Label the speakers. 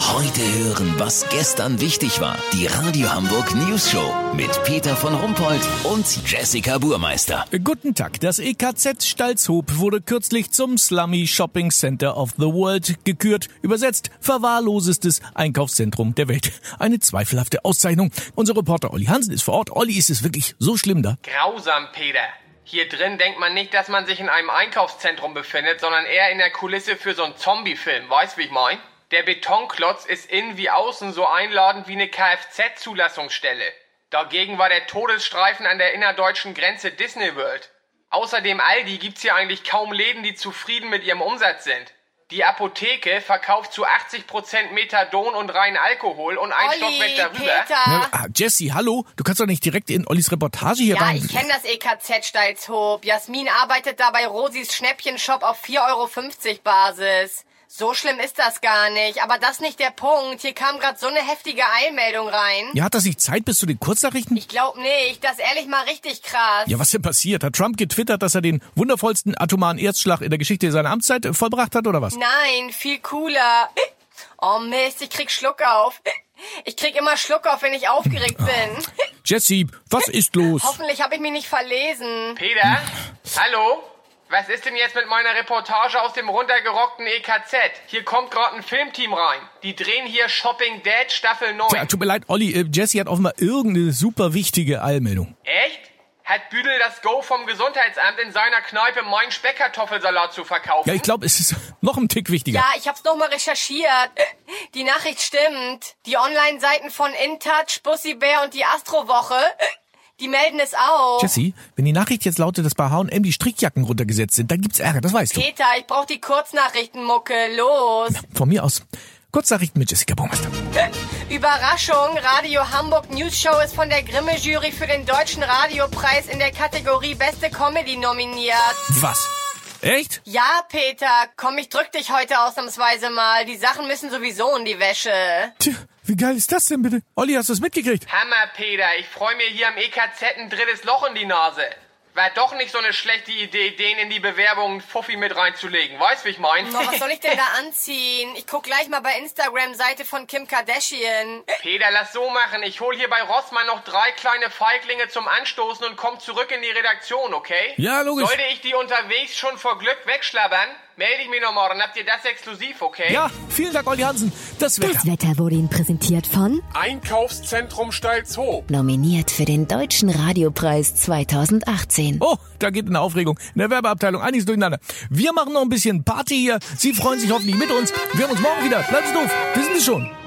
Speaker 1: Heute hören, was gestern wichtig war. Die Radio Hamburg News Show mit Peter von Rumpold und Jessica Burmeister.
Speaker 2: Guten Tag. Das EKZ Stalzhoop wurde kürzlich zum Slummy Shopping Center of the World gekürt. Übersetzt verwahrlosestes Einkaufszentrum der Welt. Eine zweifelhafte Auszeichnung. Unser Reporter Olli Hansen ist vor Ort. Olli, ist es wirklich so schlimm da?
Speaker 3: Grausam, Peter. Hier drin denkt man nicht, dass man sich in einem Einkaufszentrum befindet, sondern eher in der Kulisse für so einen Zombie-Film. Weißt, wie ich mein? Der Betonklotz ist innen wie außen so einladend wie eine Kfz-Zulassungsstelle. Dagegen war der Todesstreifen an der innerdeutschen Grenze Disney World. Außerdem Aldi gibt's hier eigentlich kaum Läden, die zufrieden mit ihrem Umsatz sind. Die Apotheke verkauft zu 80% Methadon und reinen Alkohol und ein Stockwerk darüber.
Speaker 2: Ah,
Speaker 4: Peter.
Speaker 2: ah, Jesse, hallo. Du kannst doch nicht direkt in Ollis Reportage hier
Speaker 4: Ja,
Speaker 2: rein.
Speaker 4: ich kenne das EKZ Steilshoop. Jasmin arbeitet da bei Rosis Schnäppchenshop auf 4,50 Euro Basis. So schlimm ist das gar nicht. Aber das nicht der Punkt. Hier kam gerade so eine heftige Eilmeldung rein.
Speaker 2: Ja, hat das nicht Zeit bis zu den Kurznachrichten?
Speaker 4: Ich glaub nicht. Das ist ehrlich mal richtig krass.
Speaker 2: Ja, was denn passiert? Hat Trump getwittert, dass er den wundervollsten atomaren Erzschlag in der Geschichte seiner Amtszeit äh, vollbracht hat, oder was?
Speaker 4: Nein, viel cooler. Oh Mist, ich krieg Schluck auf. Ich krieg immer Schluck auf, wenn ich aufgeregt
Speaker 2: Ah.
Speaker 4: bin.
Speaker 2: Jesse, was ist los?
Speaker 4: Hoffentlich habe ich mich nicht verlesen.
Speaker 3: Peter? Hallo? Was ist denn jetzt mit meiner Reportage aus dem runtergerockten EKZ? Hier kommt gerade ein Filmteam rein. Die drehen hier Shopping Dead Staffel 9.
Speaker 2: Tja, tut mir leid, Olli, äh, Jesse hat offenbar irgendeine super wichtige Eilmeldung.
Speaker 3: Echt? Hat Büdel das Go vom Gesundheitsamt in seiner Kneipe meinen Speckkartoffelsalat zu verkaufen?
Speaker 2: Ja, ich glaube, es ist noch ein Tick wichtiger.
Speaker 4: Ja, ich hab's nochmal recherchiert. Die Nachricht stimmt. Die Online-Seiten von InTouch, Bussi Bär und die Astrowoche, die melden es auch.
Speaker 2: Jesse, wenn die Nachricht jetzt lautet, dass bei H&M die Strickjacken runtergesetzt sind, dann gibt's Ärger, das weißt du.
Speaker 4: Peter, ich brauch die Kurznachrichtenmucke. Los.
Speaker 2: Von mir aus. Kurznachrichten mit Jessica Burmeister.
Speaker 4: Überraschung, Radio Hamburg News Show ist von der Grimme Jury für den Deutschen Radiopreis in der Kategorie Beste Comedy nominiert.
Speaker 2: Was? Echt?
Speaker 4: Ja, Peter, komm, ich drück dich heute ausnahmsweise mal. Die Sachen müssen sowieso in die Wäsche.
Speaker 2: Tja, wie geil ist das denn bitte? Olli, hast du es mitgekriegt?
Speaker 3: Hammer, Peter. Ich freue mir hier am EKZ ein drittes Loch in die Nase. War doch nicht so eine schlechte Idee, den in die Bewerbung einen Fuffi mit reinzulegen. Weißt, wie ich mein?
Speaker 4: Oh, was soll ich denn da anziehen? Ich guck gleich mal bei Instagram-Seite von Kim Kardashian.
Speaker 3: Peter, lass so machen. Ich hol hier bei Rossmann noch drei kleine Feiglinge zum Anstoßen und komm zurück in die Redaktion, okay?
Speaker 2: Ja, logisch.
Speaker 3: Sollte ich die unterwegs schon vor Glück wegschlabbern, melde ich mich noch morgen. Habt ihr das exklusiv, okay?
Speaker 2: Ja, vielen Dank, Olli Hansen. Das Wetter.
Speaker 5: Das Wetter wurde Ihnen präsentiert von
Speaker 6: Einkaufszentrum Steilshoop.
Speaker 5: nominiert für den Deutschen Radiopreis 2018.
Speaker 2: Oh, da geht eine Aufregung. In der Werbeabteilung einiges durcheinander. Wir machen noch ein bisschen Party hier. Sie freuen sich hoffentlich mit uns. Wir hören uns morgen wieder. Bleiben Sie doof. Wissen Sie schon.